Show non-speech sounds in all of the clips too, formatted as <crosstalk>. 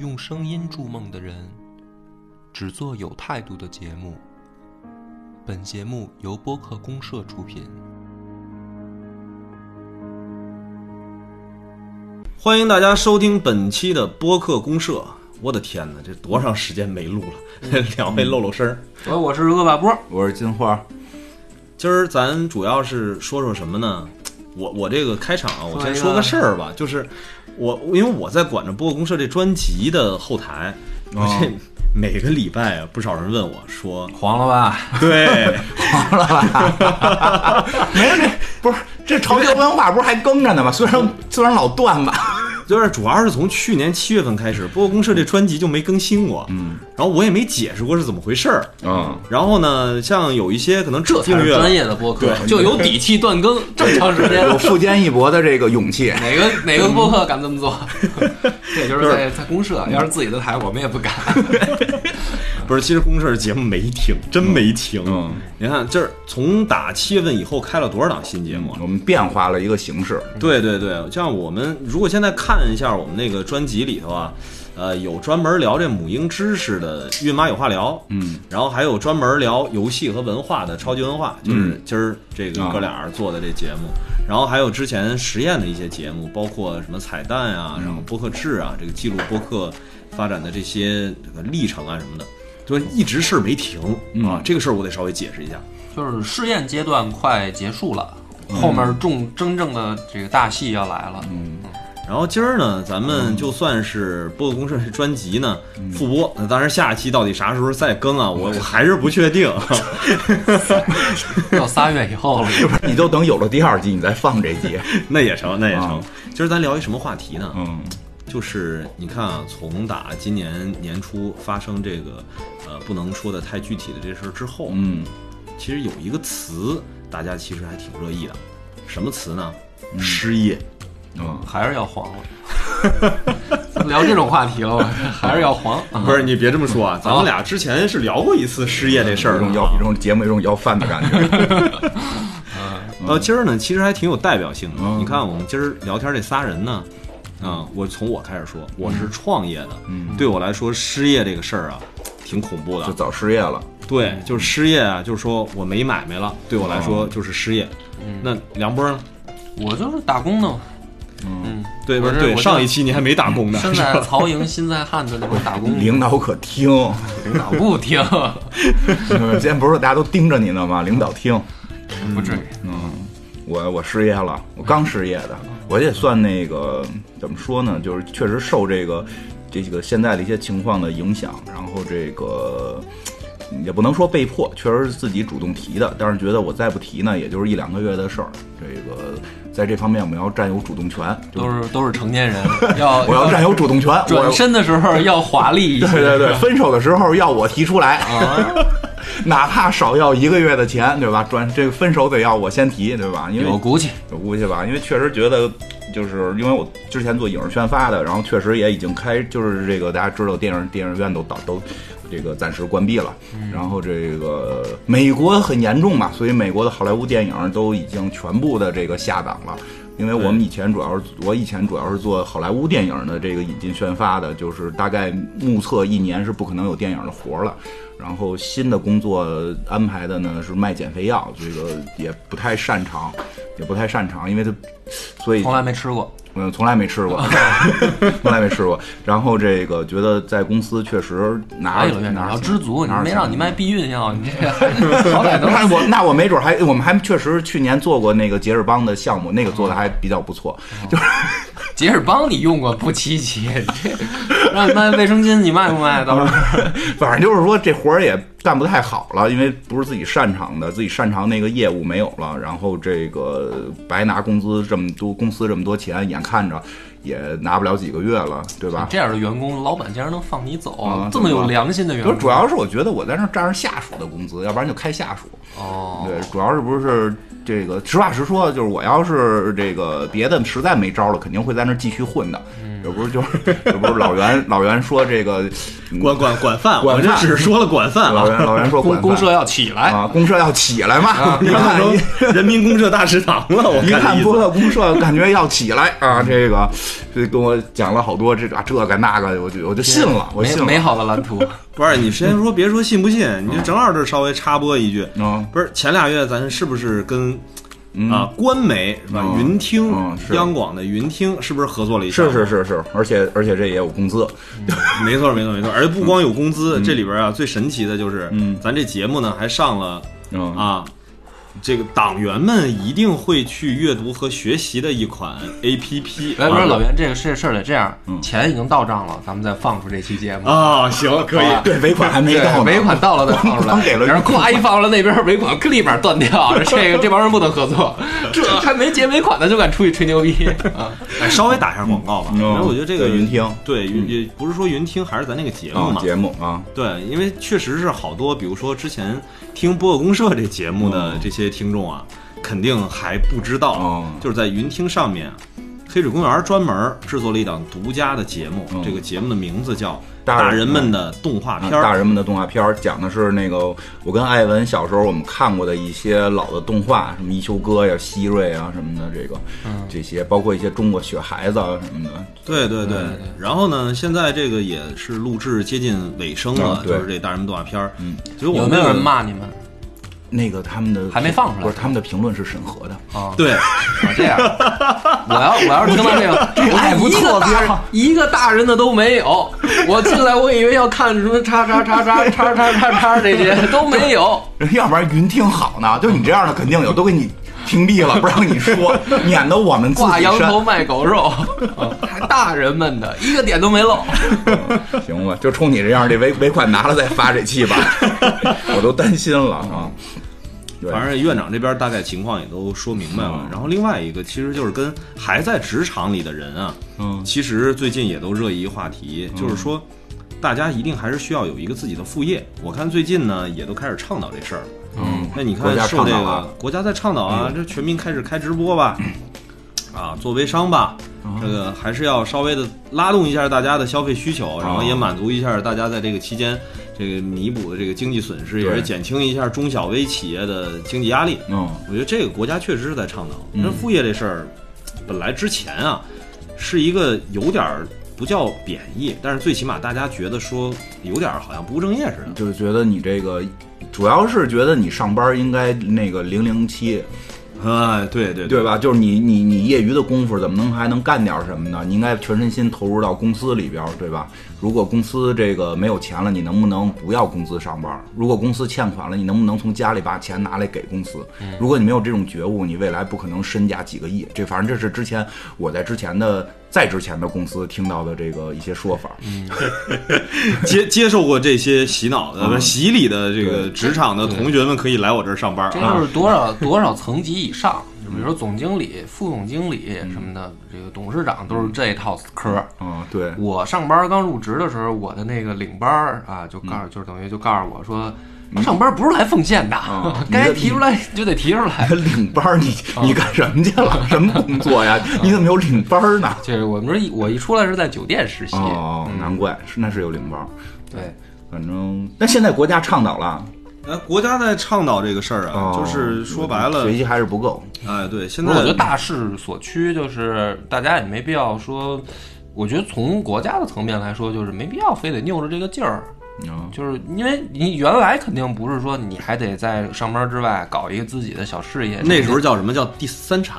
用声音筑梦的人，只做有态度的节目。本节目由播客公社出品。欢迎大家收听本期的播客公社。我的天哪，这多长时间没录了？ <laughs> 两位露露声儿。我我是恶霸波，嗯我是金花，今儿咱主要是说说什么呢？我我这个开场啊，我说先一个，说个事儿吧，就是我因为我在管着播客公社这专辑的后台，我哦这每个礼拜啊，不少人问我 <laughs> 说黄了吧？对，不是这潮流文化不是还更着呢吗？虽然虽然老断吧，就是主要是从去年七月份开始，播客公社这专辑就没更新过，嗯，然后我也没解释过是怎么回事儿，嗯，然后呢，像有一些可能这才订是阅专业的播客，对就有底气断更这么长时间。有富坚义博的这个勇气， <laughs> 哪个哪个播客敢这么做？这就是在在公社，要是自己的台，我们也不敢。不是，其实公社节目没停，真没停。嗯，你看，这儿从打七月份以后开了多少档新节目啊？我们变化了一个形式，对对对，像我们如果现在看一下我们那个专辑里头啊，呃，有专门聊这母婴知识的《孕妈有话聊》，嗯，然后还有专门聊游戏和文化的《超级文化》，就是今儿这个哥俩儿做的这节目，然后还有之前实验的一些节目，包括什么彩蛋啊，然后播客志啊，这个记录播客发展的这些这个历程啊什么的，就一直事儿没停啊嗯。这个事儿我得稍微解释一下。就是试验阶段快结束了，后面重真正的这个大戏要来了。然后今儿呢，咱们就算是《播客公社》这专辑呢复播，那当然下一期到底啥时候再更啊， <laughs> 我我还是不确 <laughs> 定。要仨月以后了，你都等有了第二季，你再放这集，那也成，那也成啊。今儿咱聊一什么话题呢？嗯就是你看啊，从打今年年初发生这个呃不能说的太具体的这事儿之后，嗯，其实有一个词大家其实还挺热议的，什么词呢？失业。嗯，还是要黄了。怎么聊这种话题了，还是要黄。嗯嗯不是你别这么说啊，咱们俩之前是聊过一次失业这事有儿的啊，一种要一种节目有一种要饭的感 <laughs> 觉，到呃今儿呢，其实还挺有代表性的。嗯你看，我们今儿聊天这仨人呢，啊、我从我开始说，我是创业的，嗯对我来说，失业这个事儿啊，挺恐怖就的。早失业了，对，嗯就是失业啊，就是说我没买卖了，对我来说哦就是失业。嗯那梁波呢？我就是打工的嘛，嗯，对，不我是是对，我就上一期你还没打工呢，身在曹营心在汉的那种打工，领导可听， <laughs> 领导不听，今天不是说大家都盯着你呢吗？领导听，不至于。我我失业了，我刚失业的，嗯我也算那个怎么说呢，就是确实受这个这个现在的一些情况的影响，然后这个嗯也不能说被迫，确实是自己主动提的，但是觉得我再不提呢，也就是一两个月的事儿。这个在这方面我们要占有主动权，就都是都是成年人，要我要占有主动权，我哦转身的时候要华丽一些。对对啊对，分手的时候要我提出来，啊哪怕少要一个月的钱，对吧？转这个分手得要我先提，对吧？因为 <laughs> 有骨气，我估计吧，因为确实觉得，就是因为我之前做影视宣发的，然后确实也已经开，就是这个大家知道，电影电影院都倒都这个暂时关闭了，然后这个美国很严重嘛，所以美国的好莱坞电影都已经全部的这个下档了。因为我们以前主要是我以前主要是做好莱坞电影的这个引进宣发的，就是大概目测一年是不可能有电影的活儿了。然后新的工作安排的呢是卖减肥药，这个也不太擅长，也不太擅长，因为他，所以从来没吃过。嗯，从来没吃过， <laughs> 从来没吃过。然后这个觉得在公司确实拿哎着呦，院长拿着要钱知足，你拿着没钱 <laughs> 让你卖避孕药，你这个 <laughs> 好歹能那我那我没准还我们还确实去年做过那个杰士邦的项目，那个做的还比较不错。杰士邦你用过不稀奇，你这让你卖卫生巾，你卖不卖？到时 <laughs> 候反正就是说这活儿也干不太好了，因为不是自己擅长的，自己擅长那个业务没有了，然后这个白拿工资这么多，公司这么多钱，眼看着也拿不了几个月了，对吧？这样的员工，老板竟然能放你走啊，这么有良心的员就工，是主要是我觉得我在那儿占着下属的工资，要不然就开下属。哦，对，主要是不是这个？实话实说，就是我要是这个别的实在没招了，肯定会在那儿继续混的。嗯这不是就是这不是老袁老袁说这个嗯 <laughs> 管管管饭，管我这饭哦只是说了管饭 <laughs> 老啊。袁老袁说公管公社饭要起来，啊，公社要起来嘛，<laughs> 你你看看一成 <laughs> 人民公社大食堂了，我一看看这意播思客公社，感觉要起来啊，这个这跟我讲了好多这啊这个那个，我就我就信了，我美信了，美好的蓝 <laughs> 图，不是你先说别说信不信，你哦就正好这稍微插播一句，嗯不是前俩月咱是不是跟嗯啊官媒是吧嗯云听嗯是央广的云听是不是合作了一下？是是是是，而且而且这也有工资，没错，没错，没错。而且不光有工资，这里边啊最神奇的就是，嗯咱这节目呢还上了嗯啊，这个党员们一定会去阅读和学习的一款 A P P。哎，不是啊老袁，这个事事儿得这样嗯，钱已经到账了，咱们再放出这期节目。啊，行，可以。好吧对，尾款还没对到呢，啊尾款到了再放出来刚，给了然后咵一放了，那边尾款立马断 <laughs> 掉，这个这帮人不能合作，这还没结尾款呢就敢出去吹牛 <laughs> 逼啊！哎，稍微打一下广告吧。嗯然后我觉得这个对云听，嗯对云也不是说云听，还是咱那个节目啊嘛。节目啊，对，因为确实是好多，比如说之前听《播客公社》这节目的嗯这些听众啊，肯定还不知道，哦就是在云听上面啊，黑水公园专门制作了一档独家的节目，嗯这个节目的名字叫《大人大人们的动画片》。啊大人们的动画片儿，讲的是那个我跟艾文小时候我们看过的一些老的动画，什么一休哥呀、希瑞啊什么的，这个、嗯这些，包括一些中国雪孩子啊什么的，对对对嗯对对，然后呢，现在这个也是录制接近尾声了啊，对就是这大人们动画片儿。嗯，其实我嗯有们没有人？骂你们那个他们的还没放出来不是他们的评论是审核的， <laughs> 啊？对，啊这样，我要我要是听到这 <laughs> 个，这还不错别人一个大人的都没有。我进来我以为要看什么叉叉叉叉叉叉叉叉这些都没有。要不然云听好呢，就你这样的肯定有，都给你屏蔽了，不让 <laughs> 你说，免得我们自挂己羊头删。卖狗肉， <laughs> 啊还大人们的一个点都没漏。行吧，就冲你这样，这尾尾款拿了再发 <laughs> 这期吧，我都担心了啊。对，反正院长这边大概情况也都说明白了嗯。然后另外一个，其实就是跟还在职场里的人啊，嗯其实最近也都热议一话题，嗯就是说，大家一定还是需要有一个自己的副业。我看最近呢，也都开始倡导这事儿了。嗯，那你国看家受倡这导个啊嗯国家在倡导啊，这全民开始开直播吧，啊，做微商吧，嗯这个还是要稍微的拉动一下大家的消费需嗯求，然后也满足一下大家在这个期间这个弥补的这个经济损失，也是对减轻一下中小微企业的经济压力。嗯我觉得这个国家确实是在倡导。嗯那副业这事儿，本来之前啊，是一个有点儿不叫贬义，但是最起码大家觉得说有点儿好像不务正业似的。就是觉得你这个，主要是觉得你上班应该那个零零七，哎，对对对？吧？就是你你你业余的功夫怎么能还能干点什么呢？你应该全身心投入到公司里边，对吧？如果公司这个没有钱了，你能不能不要公司上班？如果公司欠款了，你能不能从家里把钱拿来给公司？嗯如果你没有这种觉悟，你未来不可能身价几个亿。这反正这是之前我在之前的在之前的公司听到的这个一些说法。嗯 <laughs> 接接受过这些洗脑的、不是洗礼的这个对职场的同学们，可以来我这儿上班这啊就。是多少多少层级以上，就比如说总经理、副总经理什么的，这个董事长都是这一套科儿。嗯，对，我上班刚入职的时候，我的那个领班儿啊，就告诉就是等于就告诉我说，上班不是来奉献的嗯，该提出来就得提出来。哎领班儿，你你干什么去了？什么工作呀？你怎么有领班儿呢？就是我们是一我一出来是在酒店实习，哦，难怪是那是有领班儿。对，反正那现在国家倡导了，哎，国家在倡导这个事儿啊，哦就是说白了学，习还是不够。哎，对，现不在是我觉得大势所趋，就是大家也没必要说，我觉得从国家的层面来说，就是没必要非得拗着这个劲儿，嗯就是因为你原来肯定不是说你还得在上班之外搞一个自己的小事业，那时候叫什么叫第三产？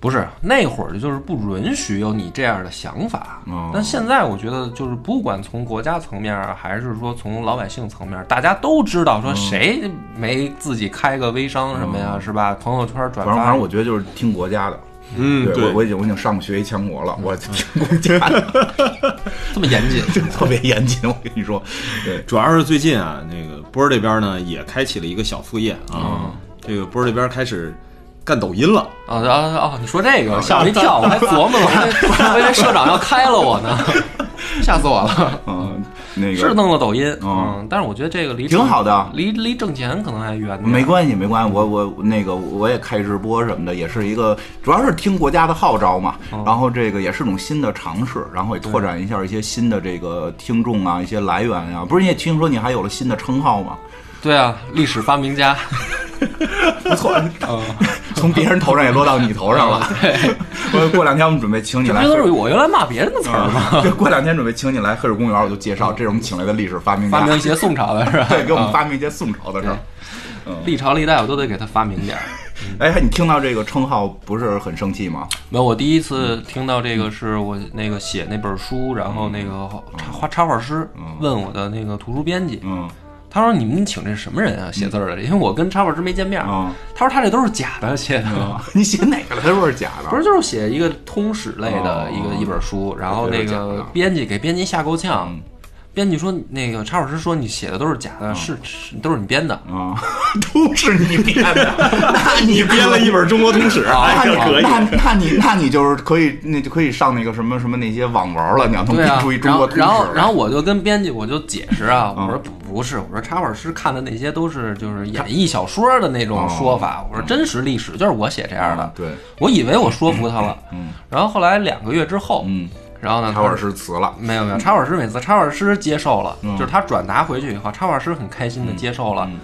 不是那会儿就是不允许有你这样的想法。哦但现在我觉得就是不管从国家层面儿还是说从老百姓层面儿，大家都知道嗯说谁没自己开个微商什么呀，是吧？朋友圈转发，反正反正我觉得就是听国家的。嗯对，我我已经我已经上过学习强国了，我听国家的这么严 <laughs> 谨。特别严谨。我跟你说，对，主要是最近啊，那个波儿这边呢也开启了一个小副业啊，这个波儿这边开始干抖音 <laughs> 了。啊啊 <laughs> <laughs> 啊！你说这个吓我一跳，我还琢磨了，我还我以为社长要开了我呢。吓死我了。嗯，那个是弄了抖音，嗯嗯，但是我觉得这个离挺挣好的离离挣钱可能还远点。没关系，没关系，我我那个我也开直播什么的，也是一个，主要是听国家的号召嘛，哦然后这个也是种新的尝试，然后也拓展一下一些新的这个听众啊，一些来源啊。不是你也听说你还有了新的称号吗？对啊，历史发明 <laughs> 家，不错，从别人头上也落到你头 <laughs> 上了。 <laughs> 我过两天我们准备请你这来不黑都是水。我原来骂别人的词儿吗？对，过两天准备请你来黑水公园，我就介绍这是我们请来的历史发明 <laughs> 家，发明一些宋朝的是吧？对，给我们啊发明一些宋朝的事儿。嗯历朝历代我都得给他发明点儿。哎，你听到这个称号不是很生气吗？没有，我第一次嗯听到这个是我那个写那本书，然后那个插画插画师问我的那个图书编辑，嗯他说你们请这什么人啊写字儿的？因为我跟插画师没见面儿，啊，他说他这都是假的写的。 <laughs> 你写哪个了？他说是假的。不是，就是写一个通史类的哦一个、一本书，然后那这个假个的啊编辑给编辑吓够呛，嗯编辑说那个查老师说你写的都是假的，是是都是你编的，啊， <laughs> 都是你编 <laughs> 的，那你编了一本中国通史，<laughs> 那哎，这可你以。那那你那你就是可以，那就可以上那个什么什么那些网玩了，你要能对编啊出一，嗯中然后国通史然后然后后我就跟编辑我就解释啊，嗯我说不不是，我说插画师看的那些都是就是演绎小说的那种说哦法，我说真实历史就是我写这样的，对，我以为我说服他了，嗯然后后来两个月之后，嗯，然后呢，插画师辞了，没有没有，插画师每次插画师接受了，嗯就是他转达回去以后，插画师很开心的接受了，嗯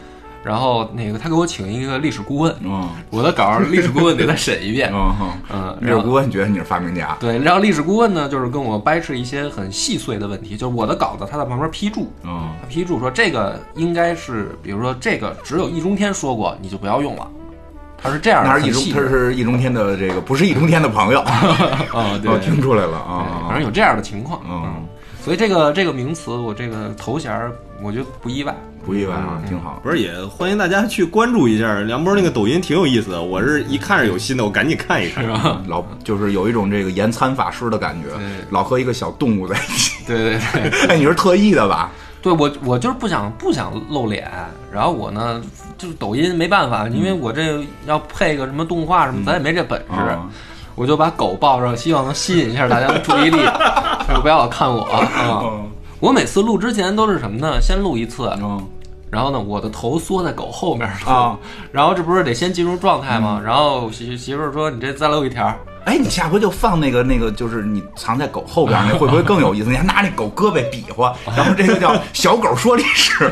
然后那个他给我请一个历史顾问，嗯我的稿儿历史顾问得再审一遍，嗯哼， <laughs> 嗯，那然是后。我你觉得你是发明家，对，然后历史顾问呢，就是跟我掰扯一些很细碎的问题，就是我的稿子，他在旁边批注，嗯他批注说这个应该是，比如说这个只有易中天说过，你就不要用了，他是这样的，那是很易中细他致是易中天的这个不是易中天的朋友，哦啊，对 <laughs> 我，听出来了对啊反正，有这样的情况，嗯嗯，所以这个这个名词，我这个头衔儿，我觉得不意外，不意外啊，嗯挺好。不是也欢迎大家去关注一下梁波那个抖音，挺有意思的。我是一看着有新的，我赶紧看一看。老就是有一种这个盐餐法师的感觉对，老和一个小动物在一起。 <laughs> 对对对。哎，你是特意的吧？对我，我就是不想不想露脸，然后我呢，就是抖音没办法，因为嗯我这要配个什么动画什么，咱也没这本事，啊我就把狗抱上，希望能吸引一下大家的注 <laughs> 意力，就是不要老看我啊、嗯我每次录之前都是什么呢？先录一次，嗯然后呢，我的头缩在狗后面录啊，嗯然后这不是得先进入状态吗？然后媳媳妇儿说：“你这再露一条。”哎，你下回就放那个那个，就是你藏在狗后边儿那，会不会更有意思？你还拿那狗胳膊比划，然后这个叫“小狗说历史”，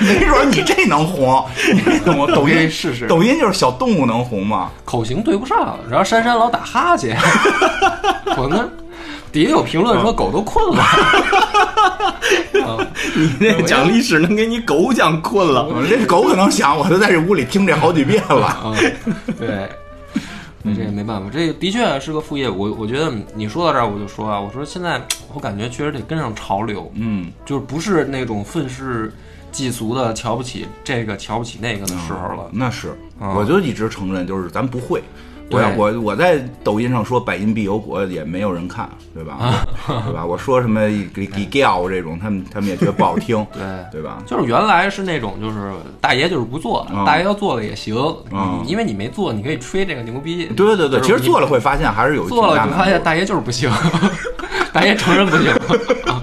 没准儿你这能红，你这能红。抖我可音以试试抖音就是小动物能红吗？口型对不上，然后珊珊老打哈 <laughs> 欠，我呢底下有评论嗯说狗都困了，你 <laughs> 这讲历史能给你狗讲困 <laughs> 了。这狗可能想，我都在这屋里听这好几遍了。啊，对，那这也没办法，这的确是个副业。我我觉得你说到这儿，我就说啊，我说现在我感觉确实得跟上潮流，嗯，就是不是那种愤世嫉俗的瞧不起这个瞧不起那个的时候了。那是，啊我就一直承认，就是咱不会。我对我我在抖音上说百因必有果，也没有人看，对吧？对吧？我说什么给给 g a 这种，他们他们也觉得不好听，对对吧？就是原来是那种，就是大爷就是不做，嗯大爷要做了也行，嗯你因为你没做，你可以吹这个牛逼。对对对，就是其实你做了会发现还是有做了挺就大发现难大爷就是不行， <laughs> 大爷承认不行， <laughs> 啊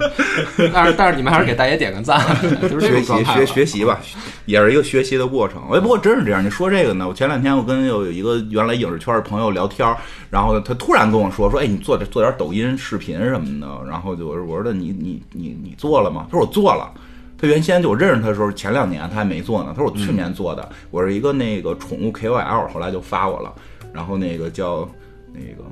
但是但是你们还是给大爷点个赞， <laughs> 就度是这学种状习态学了学习吧，也是一个学习的过程。哎，不过真是这样。你说这个呢，我前两天我跟有有一个原来影视圈的朋友聊天儿，然后他突然跟我说说，哎，你做点做点抖音视频什么的。然后就我说我说的你你你你做了吗？他说我做了。他原先就我认识他的时候，前两年他还没做呢。他说我去嗯年做的，我是一个那个宠物 KOL，后来就发我了。然后那个叫那个，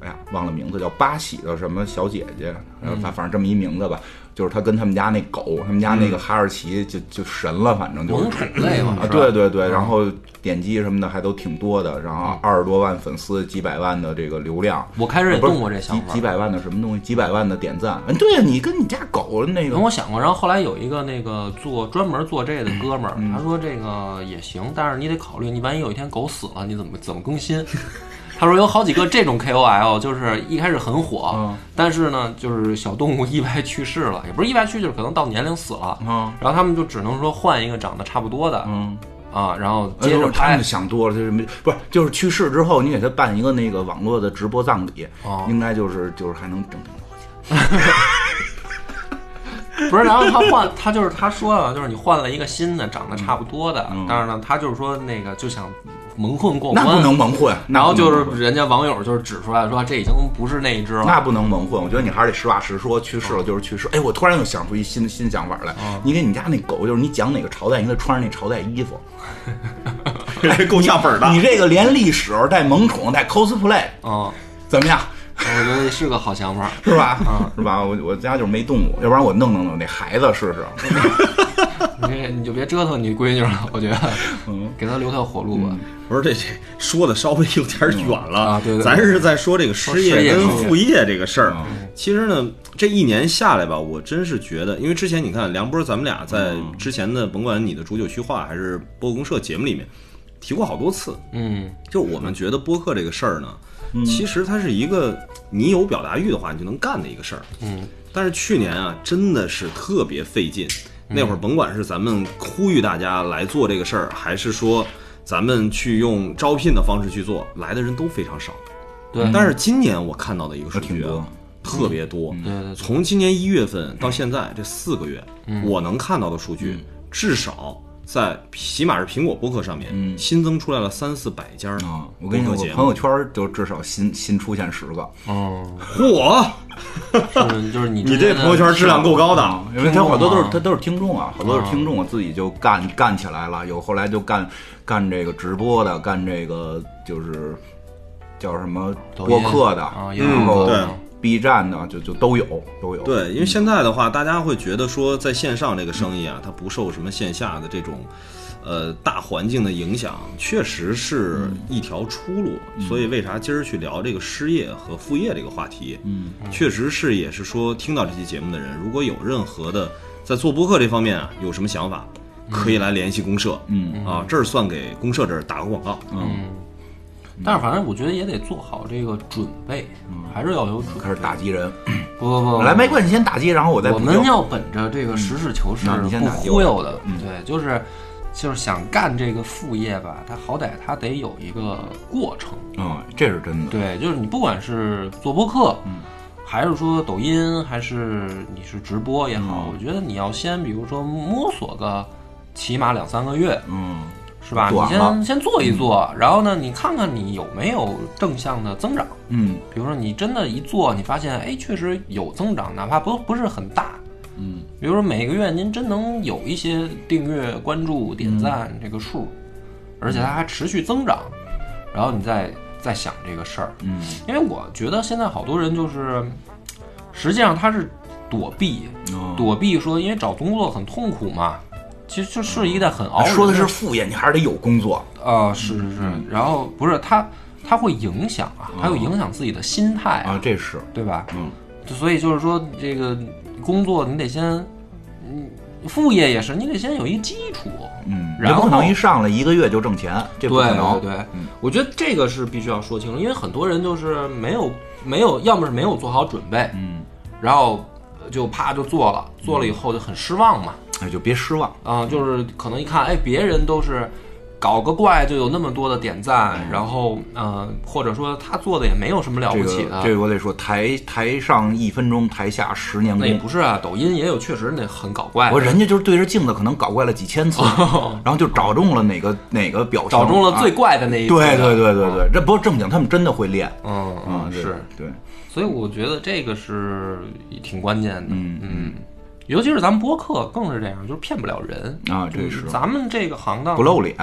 哎呀，忘了名字，叫八喜的什么小姐姐，然后嗯她反正这么一名字吧。就是他跟他们家那狗，他们家那个哈士奇就就神了，反正就是萌宠类嘛啊，嗯是吧嗯对对对，然后点击什么的还都挺多的，然后二十多万粉丝，几百万的这个流量，我开始也不是动过这想几法几，百万的什么东西，几百万的点赞，嗯，对呀，你跟你家狗那个然后我想过，然后后来有一个那个做专门做这个的哥们儿，嗯他说这个也行，但是你得考虑，你万一有一天狗死了，你怎么怎么更新？ <laughs> 他说有好几个这种 KOL，就是一开始很火，嗯但是呢，就是小动物意 <laughs> 外去世了，也不是意外去世，就是可能到年龄死了，啊，然后他们就只能说换一个长得差不多的嗯，啊，然后哎接着呦他拍们。想多了，就是没不是就是去世之后，你给他办一个那个网络的直播葬礼哦，应该就是就是还能挣挺多钱。 <laughs> 不是，然后他换，他就是他说了，就是你换了一个新的，长得差不多的，但是呢，他就是说那个就想蒙混过嗯那关，不能蒙混，那然后不能就蒙混是人家网友就是指出来说，这已经不是那一只了。那不能蒙混，我觉得你还是得实话实说，去嗯世了就是去世。哎，我突然又想出一新新想法来，你给你家那狗，就是你讲哪个朝代，你给它穿上那朝代衣服。够下本儿的。你这个连历史带萌宠带 cosplay 嗯，怎么样？我觉得是个好想法。 <laughs> 是吧？嗯是吧？我我家就是没动物，要不然我弄弄我那孩子试试。嗯你这你就别折腾你闺女了，我觉 <laughs> 得，嗯给她留条活路吧。不是这这说的稍微有点远了啊对对咱是在说这个失说失业业跟失业副业啊这个事儿。嗯其实呢，这一年下来吧，我真是觉得，因为之前你看梁波，咱们俩在嗯之前的甭管你的煮酒须话还是播公社节目里面提过好多次，嗯，就我们觉得播客这个事儿呢，其实它是一个你有表达欲的话，你就能干的一个事儿。嗯，但是去年啊，真的是特别费劲。嗯那会儿甭管是咱们呼吁大家来做这个事儿，还是说咱们去用招聘的方式去做，来的人都非常少。对但是今年我看到的一个数呃挺据多嗯啊，特别多。对对对，从今年一月份到现在这四个月，嗯我能看到的数据，至少在起码是苹果播客上面新增出来了三四百家嗯啊，播我跟你客说，我节朋友目。圈就至少新新出现十个，嗯，嚯，嗯就是就是你 <laughs> 你这朋友圈质啊量够高的。嗯因为他好多都是他听众吗都是听众啊，好多都是听众，我自己就干干起来了，有后来就干干这个直播的，干这个就是叫什么抖播音客的，啊有然后对 B 站的就就都有都有。嗯对，因为现在的话，大家会觉得说，在线上这个生意啊，它不受什么线下的这种，呃，大环境的影响，确实是嗯一条出路。所以为啥今儿去聊这个失业和副业这个话题？嗯，确实是，也是说，听到这期节目的人，如果有任何的在做播客这方面啊有什么想法，可以来联系公社。嗯啊，这儿算给公社这儿打个广告。但是反正我觉得也得做好这个准备，还是要有准备。嗯开始打击人，不不不，来，没关系，先打击，然后我再嗯我补们救要本着这个实事求是，那你先不打击忽我悠的，对，就是就是想干这个副业吧，它好歹它得有一个过程，嗯，这是真的。对，就是你不管是做播客，嗯还是说抖音，还是你是直播也好，嗯我觉得你要先比如说摸索个起码两三个月，嗯，是吧？你短了嗯先先做一做，然后呢，你看看你有没有正向的增长。嗯比如说你真的一做，你发现哎，确实有增长，哪怕不不是很大。嗯，比如说每个月您真能有一些订阅、关注、点嗯赞这个数，而且它还持续增长，然后你再再想这个事儿。嗯，因为我觉得现在好多人就是，实际上他是躲避，哦躲避说因为找工作很痛苦嘛，其实就是一个很熬咱人哎啊说的是嗯副业，你还是得有工作。啊，是是是，然后不是他他会影响啊，他会影响自己的心态啊，这是对吧？嗯，就所以就是说，这个工作你得先，嗯，副业也是，你得先有一基础，嗯，然也后不可能一上来一个月就挣钱，对这不可能。嗯对对，我觉得这个是必须要说清楚，因为很多人就是没有没有，要么是没有做好准备，嗯，然后就啪就做了，做了以后就很失望嘛，那哎就别失望。啊、就是可能一看，哎，别人都是搞个怪就有那么多的点嗯赞，然后呃，或者说他做的也没有什么了这不个起啊的，这个我得说，台台上一分钟，台下十年那也功。不是啊，抖音也有确实那很搞怪的，我人家就是对着镜子，可能搞怪了几千次，然后就找中了哪个哪个表情，哦找中了最啊怪的那一次、对对对对对，这不是正经，他们真的会练嗯啊，嗯对是，对，所以我觉得这个是挺关键的，嗯嗯，尤其是咱们播客更是这样，就是骗不了人啊这是咱们这个行当不露脸，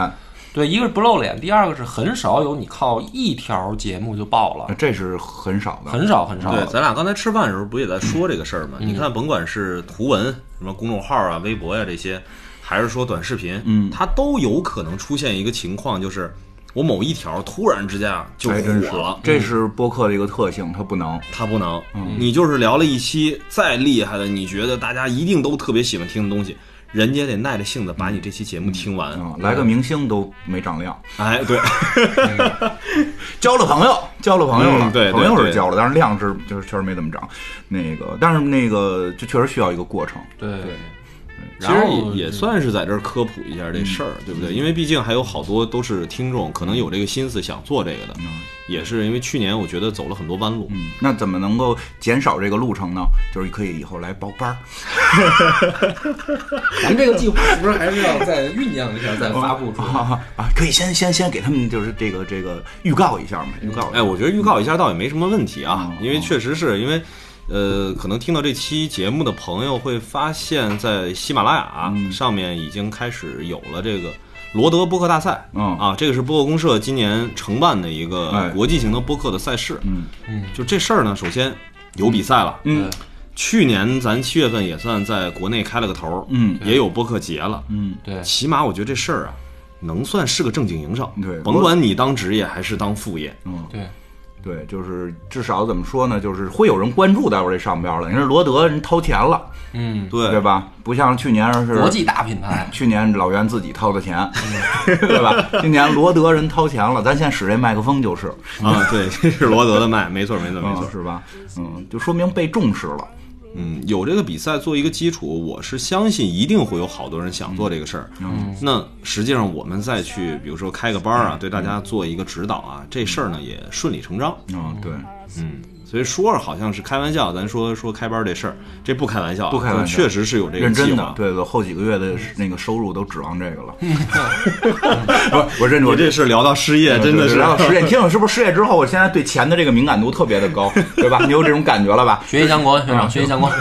对，一个是不露脸，第二个是很少有你靠一条节目就爆了，这是很少的。很少很少。对，咱俩刚才吃饭的时候不也在说这个事儿嗯吗？你看，甭管是图文、什么公众号啊、微博呀、这些，还是说短视频，嗯，它都有可能出现一个情况，就是我某一条突然之间啊就还哎真是火了，。这是播客的一个特性，它不能。它不能，嗯你就是聊了一期再厉害的，你觉得大家一定都特别喜欢听的东西，人家得耐着性子把你这期节目听完。嗯啊，来个明星都没长量，哎，对，交了朋友，交了朋友了，嗯对对朋友是对交了，但是量是就是确实没怎么长。那个，但是那个就确实需要一个过程。对，其实也也算是在这儿科普一下这事儿，对不对？因为毕竟还有好多都是听众，可能有这个心思想做这个的，也是因为去年我觉得走了很多弯路，嗯那怎么能够减少这个路程呢？就是可以以后来报班儿， <laughs> 咱们这个计划是不是还是要再酝酿一下，再发布出来？啊啊！可以先先先给他们就是这个这个预告一下嘛，预告一下哎，我觉得预告一下倒也没什么问题啊嗯，因为确实是因为，呃，可能听到这期节目的朋友会发现，在喜马拉嗯雅上面已经开始有了这个罗德播客大赛，嗯啊，这个是播客公社今年承办的一哎个国际型的播客的赛事，嗯嗯就这事儿呢，首先有比赛了，嗯去年咱七月份也算在国内开了个头儿，嗯也有播客节了，嗯，对，起码我觉得这事儿啊，能算是个正经营生，对甭管你当职业还是当副业，嗯，对，对，就是至少怎么说呢，就是会有人关注到我这上边儿了。你说罗德人掏钱了，嗯，对对吧？不像去年 <laughs> 是国际大品牌， <clears throat> 去年老袁自己掏的钱，嗯 <laughs> 对吧？今年罗德人掏钱了，咱先使这麦克风就是，啊，对， <laughs> 这是罗德的麦，没错，没错，没错嗯，。是吧？嗯，就说明被重视了。嗯，有这个比赛做一个基础，我是相信一定会有好多人想做这个事儿。嗯，那实际上我们再去，比如说开个班儿啊，对大家做一个指导啊，这事儿呢也顺理成章。嗯，对，嗯，所以说好像是开玩笑，咱说说开班这事儿，这不开玩笑啊，不开玩笑确实是有这个认计真划的，。对对，后几个月的那个收入都指望这个了。 <laughs> 不是，我认我我这事儿聊到失业，真的是然后 <laughs> 失业，你听了是不是失业之后，我现在对钱的这个敏感度特别的高，对吧？你有这种感觉了吧？学习强国，学嗯长，学习强国，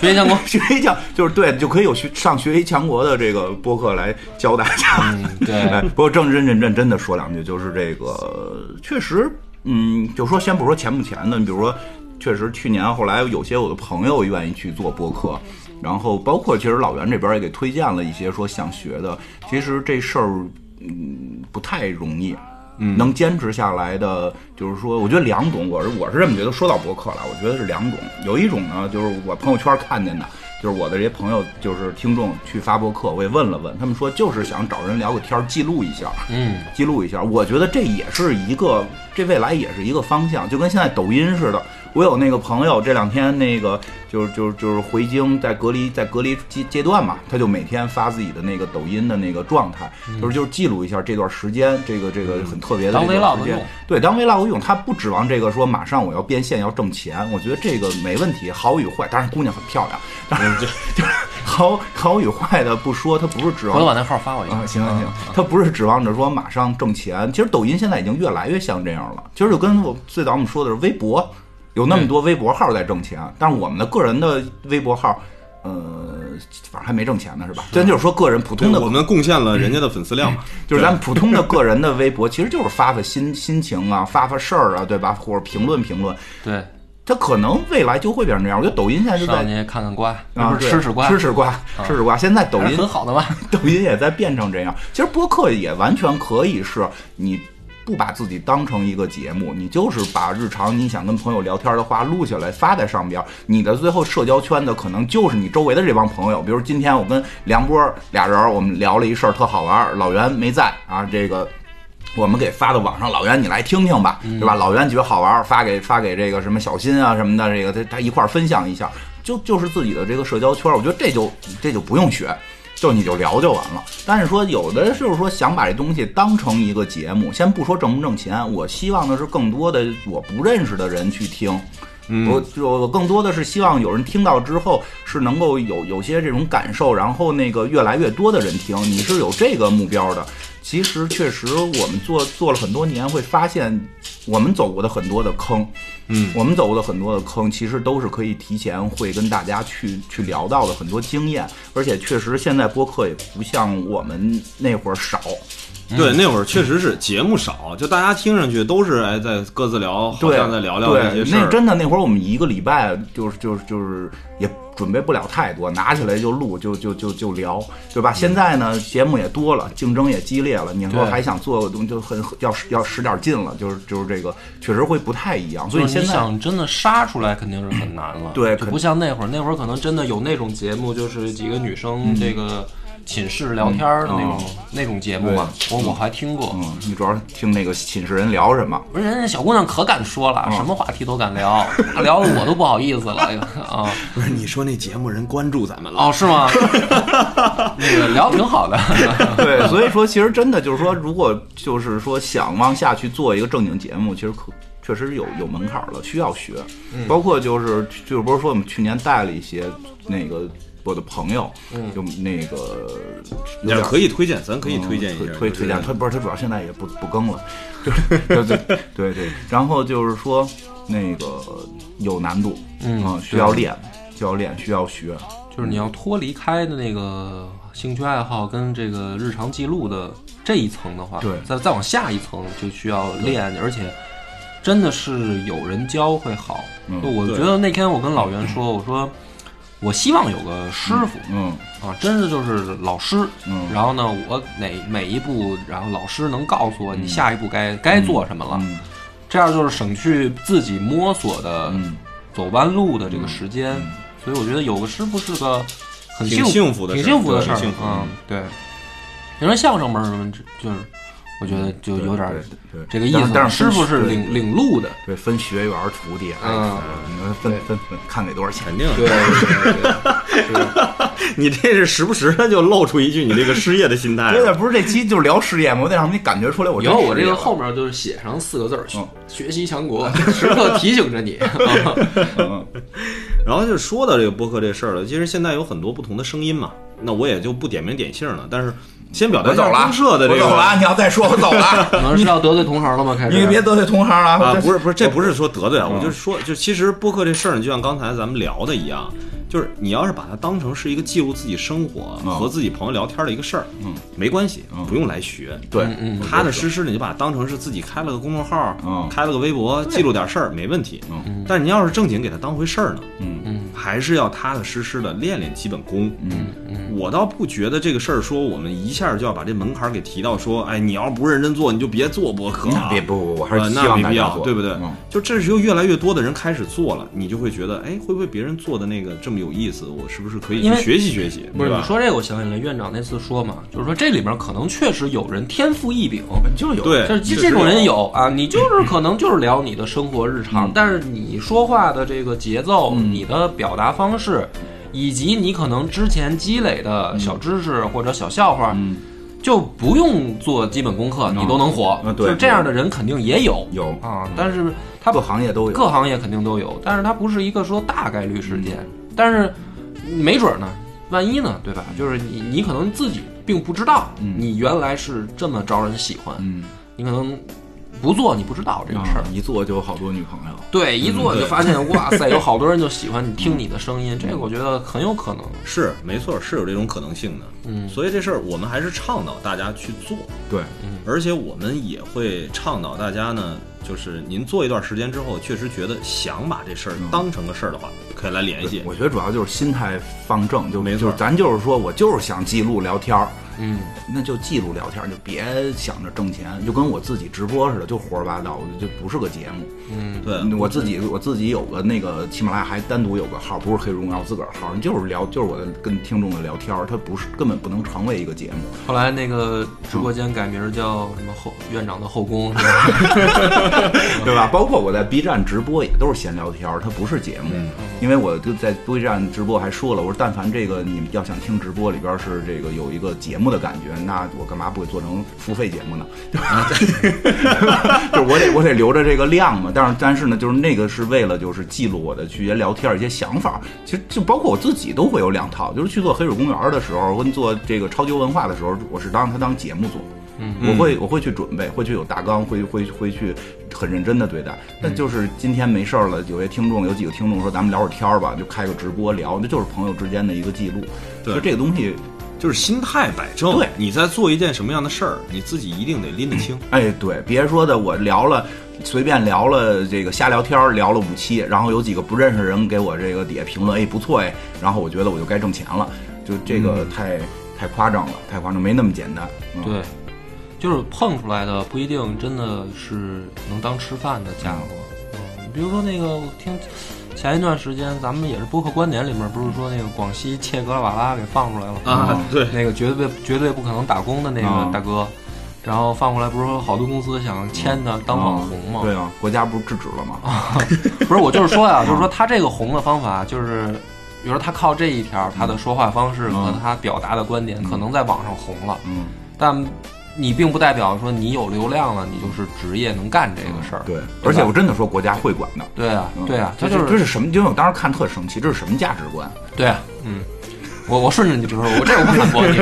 <laughs> 学习强国。学习强就是对，就可以有学上学习强国的这个播客来教大家。哎 <laughs> 对，不过正认认真真的说两句，就是这个确实，嗯，就说先不说钱不钱的，你比如说，确实去年后来有些我的朋友愿意去做播客。然后包括其实老袁这边也给推荐了一些说想学的，其实这事儿嗯不太容易，嗯，能坚持下来的，就是说，我觉得两种，我是我是这么觉得。说到博客了，我觉得是两种，有一种呢，就是我朋友圈看见的，就是我的这些朋友，就是听众去发博客，我也问了问，他们说就是想找人聊个天儿，记录一下，嗯，记录一下。我觉得这也是一个，这未来也是一个方向，就跟现在抖音似的。我有那个朋友，这两天那个就是就是就是回京，在隔离在隔离阶阶段嘛，他就每天发自己的那个抖音的那个状态，就是就是记录一下这段时间，这个这个很特别的嗯当这段 vlog 时间用。对，当 vlog 用，他不指望这个说马上我要变现要挣钱，我觉得这个没问题，好与坏，当然姑娘很漂亮，当嗯然就就是好好与坏的不说，他不是指回头望把那号发我一啊，个。行行行，他不是指望着说马上挣钱。其实抖音现在已经越来越像这样了。其实就跟我最早我们说的是微博，有那么多微博号在挣钱，但是我们的个人的微博号，呃，反正还没挣钱呢，是吧？真就是说个人普对通的嗯我们贡献了人家的粉丝量嘛。就是咱们普通的个人的微博，其实就是发发心心情啊，发发事儿啊，对吧？或者评论评论，对，它可能未来就会变成这样。我觉得抖音现在就上在去看看瓜，啊，不是吃对吃瓜，吃吃瓜，吃吃瓜。现在抖还音是很好的嘛。抖音也在变成这样。其实播客也完全可以是你。不把自己当成一个节目，你就是把日常你想跟朋友聊天的话录下来发在上边儿。你的最后社交圈子可能就是你周围的这帮朋友。比如今天我跟梁波俩人儿，我们聊了一事儿特好玩儿，老袁没在啊，这个我们给发到网上，老袁你来听听吧，对吧？老袁觉得好玩儿，发给发给这个什么小新啊什么的，这个他他一块儿分享一下，就就是自己的这个社交圈儿，我觉得这就这就不用学。就你就聊就完了，但是说有的就是说想把这东西当成一个节目，先不说挣不挣钱，我希望的是更多的我不认识的人去听，我就我更多的是希望有人听到之后是能够有有些这种感受，然后那个越来越多的人听，你是有这个目标的。其实确实，我们做做了很多年，会发现我们走过的很多的坑，嗯，我们走过的很多的坑，其实都是可以提前会跟大家去去聊到的很多经验，而且确实现在播客也不像我们那会儿少，对，那会儿确实是节目少，就大家听上去都是哎在各自聊，好对，像在聊聊对这些事儿。那真的那会儿我们一个礼拜就是就是就是也准备不了太多，拿起来就录就就就就聊，对吧？现在呢节目也多了，竞争也激烈了，你说对还想做个东就很要要使点劲了，就是就是这个确实会不太一样， <laughs> 所以就是现你在。想真的杀出来，肯定是很难了。对就肯嗯不像那会儿，那会儿可能真的有那种节目，就是几个女生这个寝室聊天儿那种、那种节目嘛，我我还听过。哦嗯，你主要是听那个寝室人聊什么，不是人家小姑娘可敢说嗯了，什么话题都敢 <laughs> 聊，聊的我都不好意思了啊！不是你说那节目人关注咱们了，哦，是 <laughs> 吗？那个聊得挺好的， <laughs> 对，所以说其实真的就是说，如果就是说想往下去做一个正经节目，其实可确实有有门槛了，需要学。包括就是就是不是说我们去年带了一些那个我的朋友，就那个有也点可以推荐，咱可以嗯推荐一下，推推就是推荐，他不是他主要现在也不不更了， <laughs> 就是对对对对，然后就是说那个有难度，嗯需要练，需要练，需要学，就是你要脱离开的那个兴趣爱好跟这个日常记录的这一层的话，对再再往下一层就需要练，而且真的是有人教会好。嗯就我觉得那天我跟老袁说，我说我希望有个师傅、嗯啊，真的就是老师。嗯，然后呢，我哪每一步，然后老师能告诉我你下一步该、该做什么了，嗯这样就是省去自己摸索的嗯走弯路的这个时间，所以我觉得有个师傅是个很挺幸幸福的挺事儿幸福的对事儿。挺幸福的嗯，对。你说相声门儿什么，就是我觉得就有点儿对对这个意思啊但。是师傅是领领路的，对分学员徒弟，哎嗯你们分分分看给多少钱肯？定啊。对，你这是时不时的就露出一句你这个失业的心态有。点不是这期就是聊事业吗？我得让你感觉出来我以真后我这失业个了后面就是写上四个字儿嗯：学习强国，时刻提醒着你。 <laughs> 然后就说到这个播客这事儿了，其实现在有很多不同的声音嘛，那我也就不点名点姓了，但是先表达我一走下啊了，公社的这个我走 <laughs> 了，啊你要再说我走了，啊可能是要得罪同行了吗？开始 <laughs> 你别得罪同行了啊，这不是不是，这不是说得罪啊，我就是说，就其实播客这事儿，就像刚才咱们聊的一样，就是你要是把它当成是一个记录自己生活嗯和自己朋友聊天的一个事儿，哦嗯，没关系，不用来学，对，嗯踏踏实实的，你就把它当成是自己开了个公众号，嗯开了个微博，记录点事儿没问题。嗯但是你要是正经给它当回事儿呢，嗯嗯还是要踏踏实实的练练基本功。嗯我倒不觉得这个事儿说我们一下就要把这门槛儿给提到说，哎，你要不认真做，你就别做博客啊。别不不，我还是呃希那望没大必家要，做，对不对？嗯就这时候越来越多的人开始做了，你就会觉得，哎，会不会别人做的那个这么有意思？我是不是可以因去为学习学习？不是对你吧说这个，我想起来院长那次说嘛，就是说这里面可能确实有人天赋异禀，就有嗯对就是确实这种人有有啊，你就是可能就是聊你的生活日常，但是你说话的这个节奏、你的表达方式，以及你可能之前积累的嗯小知识或者小笑话，就不用做基本功课，你都能火啊。对就这样的人肯定也有有啊，但是他各行业都有，各行业肯定都有，但是它不是一个说大概率事件，嗯但是没准儿呢，万一呢，对吧？就是你你可能自己并不知道，你原来是这么招人喜欢，嗯，你可能不做你不知道这个事儿。啊一做就有好多女朋友，嗯对，一做你就发现， <laughs> 哇塞，有好多人就喜欢你听你的声音，这个我觉得很有可能。是没错，是有这种可能性的。嗯，所以这事儿我们还是倡导大家去做，对，而且我们也会倡导大家呢，就是您做一段时间之后，确实觉得想把这事儿当成个事儿的话，可以来联系。我觉得主要就是心态放正，就没就错是咱就是说我就是想记录聊天儿，嗯，那就记录聊天儿，就别想着挣钱，就跟我自己直播似的，就胡说八道，就不是个节目。对，我自己我自己有个那个喜马拉雅还单独有个号，不是黑荣耀自个儿号，就是聊就是我的跟听众的聊天儿，它不是根本不能成为一个节目。后来那个直播间改名儿叫什么后院长的后宫，是吧？对吧？包括我在 B 站直播也都是闲聊天儿，它不是节目。因为我就在 B 站直播还说了，我说但凡这个你们要想听直播里边是这个有一个节目的感觉，那我干嘛不做成付费节目呢？ <laughs> 就是我得我得留着这个量嘛。但是但是呢，就是那个是为了就是记录我的去聊天儿一些想法。其实就包括我自己都会有两套，就是去做黑水公园儿的时候，跟做这个超级文化的时候，我是当它当节目做。我嗯会我会去准备，会去有大纲，会会会去很认真的对待。嗯但就是今天没事儿了，有位听众有几个听众说咱们聊会儿天儿吧，就开个直播聊，那就是朋友之间的一个记录。对就这个东西，就是心态摆正。对你在做一件什么样的事儿，你自己一定得拎得清。哎，对，别说的我聊了。随便聊了这个瞎聊天儿，聊了五期，然后有几个不认识的人给我这个底下评论，哎不错哎，然后我觉得我就该挣钱了，就这个嗯太、太夸张了，太夸张，没那么简单。<laughs> 嗯、对，就是碰出来的不一嗯定真的是能当吃饭的家伙。嗯，比如说那个我听前一段时间咱们也是播客观点里面不是说那个广西切格瓦拉给放出来了吗啊，对，那个绝对绝对不可能打工的那啊个大哥，然后放过来不是说好多公司想签他当网红啊吗？对啊，国家不是制止了吗？不是，我就是说 <laughs> 呀，就是啊说他这个红的方法，就是比如说他靠这一条，嗯他的说话方式和他表达的观点可能在网上红了，啊嗯，但你并不代表说你有流量了，你就是职业能干这个事儿。啊对，而且我真的说国家会管的。对啊，嗯对啊，他这就这是是什么？因为我当时看特生气，这是什么价值 <laughs> 观？对啊，嗯。我我顺着你就说，我这我不反驳你。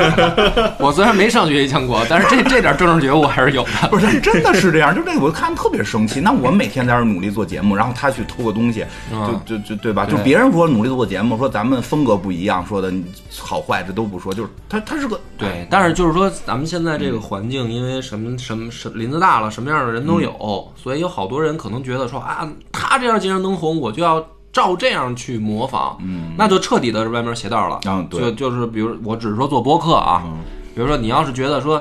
<laughs> 我虽然没上学一强国，但是这这点政治觉悟我还是有的。不是，真的是这样，就这个我看特别生气。那我每天在这儿努力做节目，然后他去偷个东西，嗯就就就对吧？就对别人说努力做节目，说咱们风格不一样，说的你好坏这都不说，就是他他是个对，但是就是说，咱们现在这个环境，因为什么什么什林子大了，什么样的人都有，所以有好多人可能觉得说啊，他这样既然能红，我就要照这样去模仿，嗯，那就彻底的是歪门邪道了。嗯对就就是比如我只是说做播客啊，嗯比如说你要是觉得说。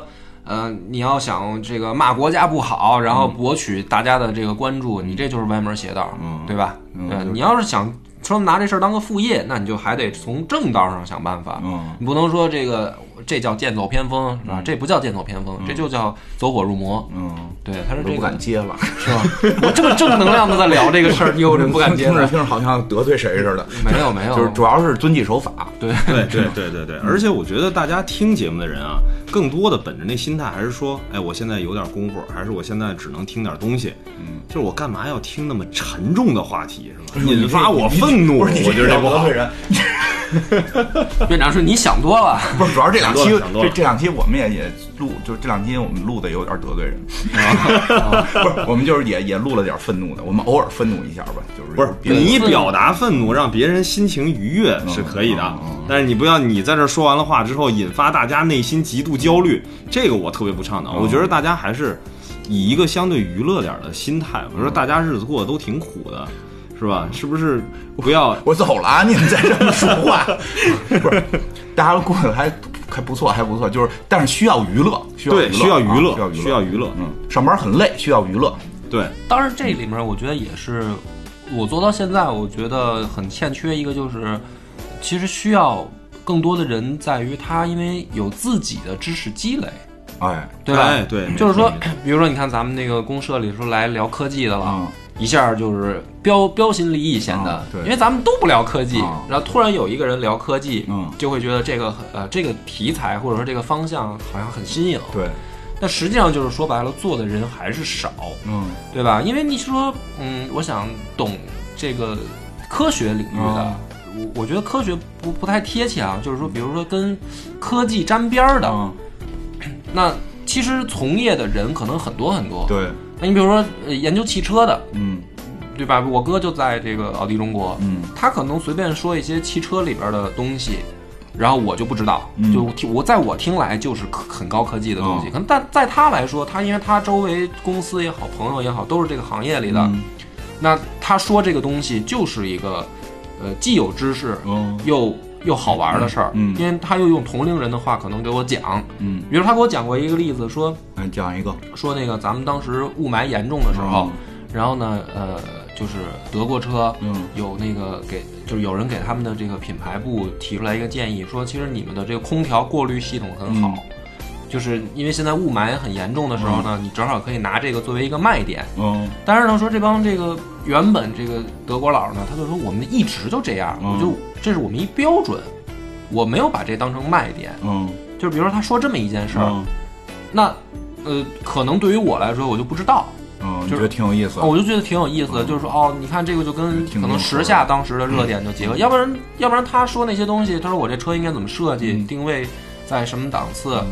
呃，你要想这个骂国家不好，然后博取大家的这个关注，你这就是歪门邪道，嗯对吧？嗯对就是你要是想说拿这事儿当个副业，那你就还得从正道上想办法。嗯你不能说这个这叫剑走偏锋是吧？这不叫剑走偏锋，这就叫走火入魔。嗯，对，他是这我都不个敢接了。是吧？我这么正能量的在聊这个事儿，你 <laughs> 有人不敢接 <laughs> 听着了？听着好像得罪谁似的，没有没有，就是主要是遵纪守法。对对 <laughs> 对对对对，而且我觉得大家听节目的人啊，更多的本着那心态，还是说，哎，我现在有点功夫，还是我现在只能听点东西，嗯，就是我干嘛要听那么沉重的话题，哎是吧？引发我愤怒，我不是你觉得这这不得好罪。人，院长说你想多了，不是主要是这两期想多了想多这了这两期我们也也录，就是这两期我们录的有点得罪人，不是我们就是也也录了点愤怒的，我们偶尔愤怒一下吧，就是不是别的你表达愤怒，让别人心情愉悦是可以的嗯嗯嗯，但是你不要你在这说完了话之后，引发大家内心极度焦虑，这个我特别不倡导。嗯我觉得大家还是以一个相对娱乐点儿的心态，我说大家日子过得都挺苦的，是吧？是不是不要嗯我走了啊，你们再这么说话，不是，大家过得还还不错，还不错，就是但是需要娱乐，需要对，娱需要乐，娱啊乐，需需要要娱乐，娱乐。嗯，上班很累，需要娱乐，对，当然，这里面我觉得也是，我做到现在，我觉得很欠缺一个就是，其实需要更多的人在于他，因为有自己的知识积累，哎，对吧？哎对就是说没错没，比如说，你看咱们那个公社里说来聊科技的了，嗯一下就是标标新立异，显得、啊对因为咱们都不聊科技，啊然后突然有一个人聊科技，嗯就会觉得这个呃这个题材或者说这个方向好像很新颖，对，但实际上就是说白了，做的人还是少，嗯，对吧？因为你说，嗯，我想懂这个科学领域的，啊我我觉得科学不不太贴切啊。就是说，比如说跟科技沾边儿的，嗯，那其实从业的人可能很多很多。，对，那你比如说、呃研究汽车的，嗯对吧？我哥就在这个奥迪中国，嗯他可能随便说一些汽车里边的东西。然后我就不知道，嗯就听我在我听来就是科很高科技的东西，哦可能但在他来说，他因为他周围公司也好，朋友也好，都是这个行业里的，嗯那他说这个东西就是一个，呃，既有知识嗯又又好玩的事儿，嗯嗯因为他又用同龄人的话可能给我讲，嗯，比如他给我讲过一个例子，说哎，讲一个，说那个咱们当时雾霾严重的时候，嗯然后呢，呃，就是德国车，嗯有那个给就是有人给他们的这个品牌部提出来一个建议，说其实你们的这个空调过滤系统很好。嗯就是因为现在雾霾很严重的时候呢，你正好可以拿这个作为一个卖点，嗯但是呢，说这帮这个原本这个德国佬呢，他就说我们一直就这样，嗯我就这是我们一标准，我没有把这当成卖点。嗯，就是比如说他说这么一件事儿，嗯那呃，可能对于我来说我就不知道，嗯，就觉是得挺有意思，哦我就觉得挺有意思的，嗯就是说哦，你看这个就跟挺可能硬核时下当时的热点就嗯结合，要不然要不然他说那些东西，他说我这车应该怎么设计，嗯定位在什么档次，嗯，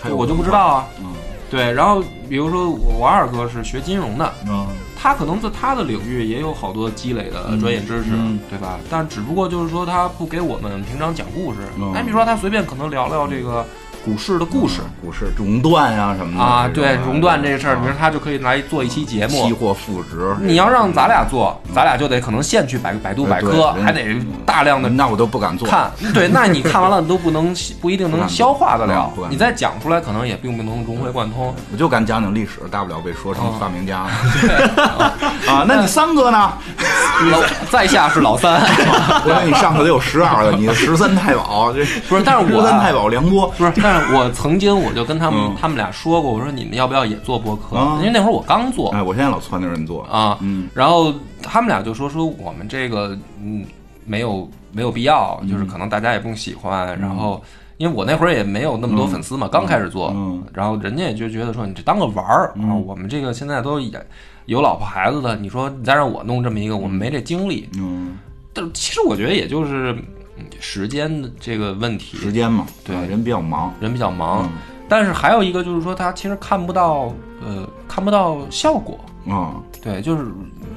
还对有我就不知道啊。文化，嗯对，然后比如说我我二哥是学金融的，嗯嗯。他可能在他的领域也有好多积累的专业知识，嗯对吧？但只不过就是说他不给我们平常讲故事。嗯哎，比如说他随便可能聊聊这个股市的故事、股市熔断呀、什么的啊，这种对熔断这个事儿，啊比如他就可以来做一期节期目。货负值，你要让咱俩做，咱俩就得可能现去百百度百科，哎对嗯还得大量的那我都不敢做。看。对，那你看完了都不能不一定能消化得了嗯不敢，你再讲出来可能也并不能融会贯通。我就敢哦 <laughs> <laughs> 讲讲历史，大不了被说成发明家了。啊，那你三哥呢？老在下是老三， <laughs> 我说你上头得有十二个，你十三太保这不是 <laughs> 但是我十三太保梁波不是，但是我曾经我就跟他们、嗯他们俩说过，我说你们要不要也做播客？啊因为那会儿我刚做哎，我现在老撺掇人做，啊，嗯然后他们俩就说说我们这个嗯没有没有必要，就是嗯可能大家也不喜欢，然后。因为我那会儿也没有那么多粉丝嘛，刚开始做，嗯然后人家也就觉得说你这当个玩儿、啊，我们这个现在都也有老婆孩子的，你说你再让我弄这么一个，我们没这精力。嗯，但是其实我觉得也就是嗯时间的这个问题，时间嘛，对啊人比较忙，人比较忙，嗯但是还有一个就是说，他其实看不到，呃，看不到效果。啊，对，就是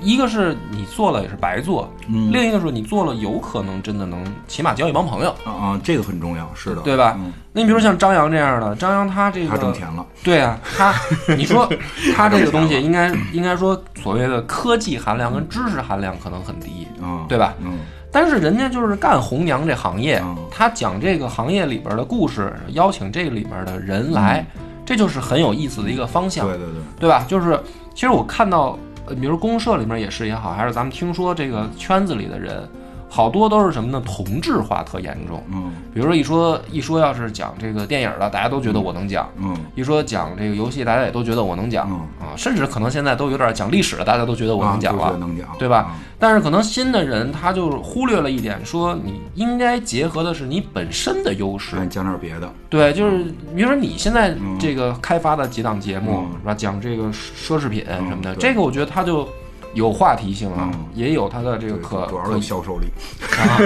一个是你做了也是白做，嗯另一个是你做了有可能真的能起码交一帮朋友，啊啊，这个很重要，是的，对吧？嗯那你比如像张扬这样的，张扬他这个他挣钱了，对啊，他你说 <laughs> 他这个东西应该应该说所谓的科技含量跟知识含量可能很低，啊，对吧？嗯但是人家就是干红娘这行业嗯，他讲这个行业里边的故事，邀请这里面的人来，这就是很有意思的一个方对向，嗯对对，对吧？就是其实我看到，呃比如公社里面也是也好，还是咱们听说这个圈子里的人，好多都是什么呢？同质化特严重。嗯比如说一说一说要是讲这个电影了，大家都觉得我能讲。嗯一说讲这个游戏，大家也都觉得我能讲、嗯啊，甚至可能现在都有点讲历史了，大家都觉得我能讲了。啊对对能讲，对吧？但是可能新的人他就忽略了一点，说你应该结合的是你本身的优势那。你讲点别的，对，就是比如说你现在这个开发的几档节目嗯是吧，讲这个奢侈品什么的，嗯对这个我觉得它就有话题性啊嗯，也有它的这个对可主要可是销售力， <laughs> 啊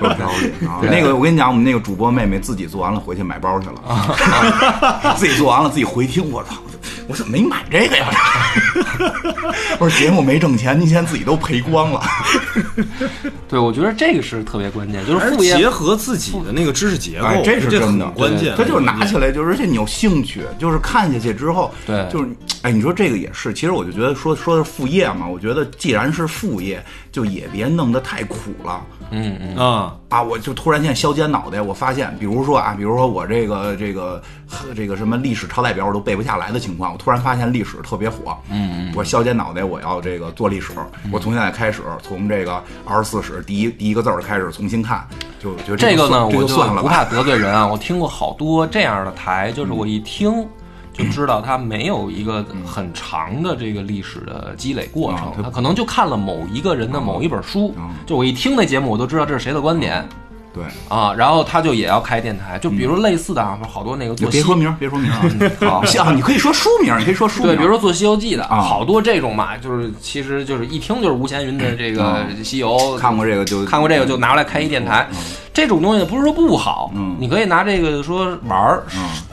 有条理啊！对那个我跟你讲，我们那个主播妹妹自己做完了回去买包 <laughs> 去了，啊自己做完了自己回听，我操！我怎么没买这个呀？ <laughs> 我说节目没挣钱，您现在自己都赔光了。对，我觉得这个是特别关键，就是还是副业结合自己的那个知识结构哎，，这是真的很，关键。他就是拿起来，就是而且你有兴趣，就是看下去之后，对就是哎，你说这个也是，其实我就觉得说说是副业嘛，我觉得既然是副业，就也别弄得太苦了。啊，啊，我就突然间削尖脑袋，我发现，比如说啊，比如说我这个这个呵这个什么历史朝代表我都背不下来的情况，我突然发现历史特别火，嗯，我削尖脑袋，我要这个做历史，我从现在开始，从这个二十四史第一第一个字儿开始重新看，就我觉得这个个呢，算这我就算了不吧，怕得罪人啊。我听过好多这样的台，就是我一听就知道他没有一个很长的这个历史的积累过程啊，他他可能就看了某一个人的某一本书嗯。就我一听那节目，我都知道这是谁的观点对，啊。然后他就也要开电台，就比如类似的啊，好多那个就做嗯别西说名儿，别说名 <laughs> 儿啊，好行啊，你可以说书名儿，你可以说书名对，儿，比如说做《西游记》的，啊好多这种嘛，就是其实就是一听就是吴闲云的这个《西游》啊看过这个就看过这个就拿过来开一电台，这种东西呢不是说不好，嗯你可以拿这个说玩儿、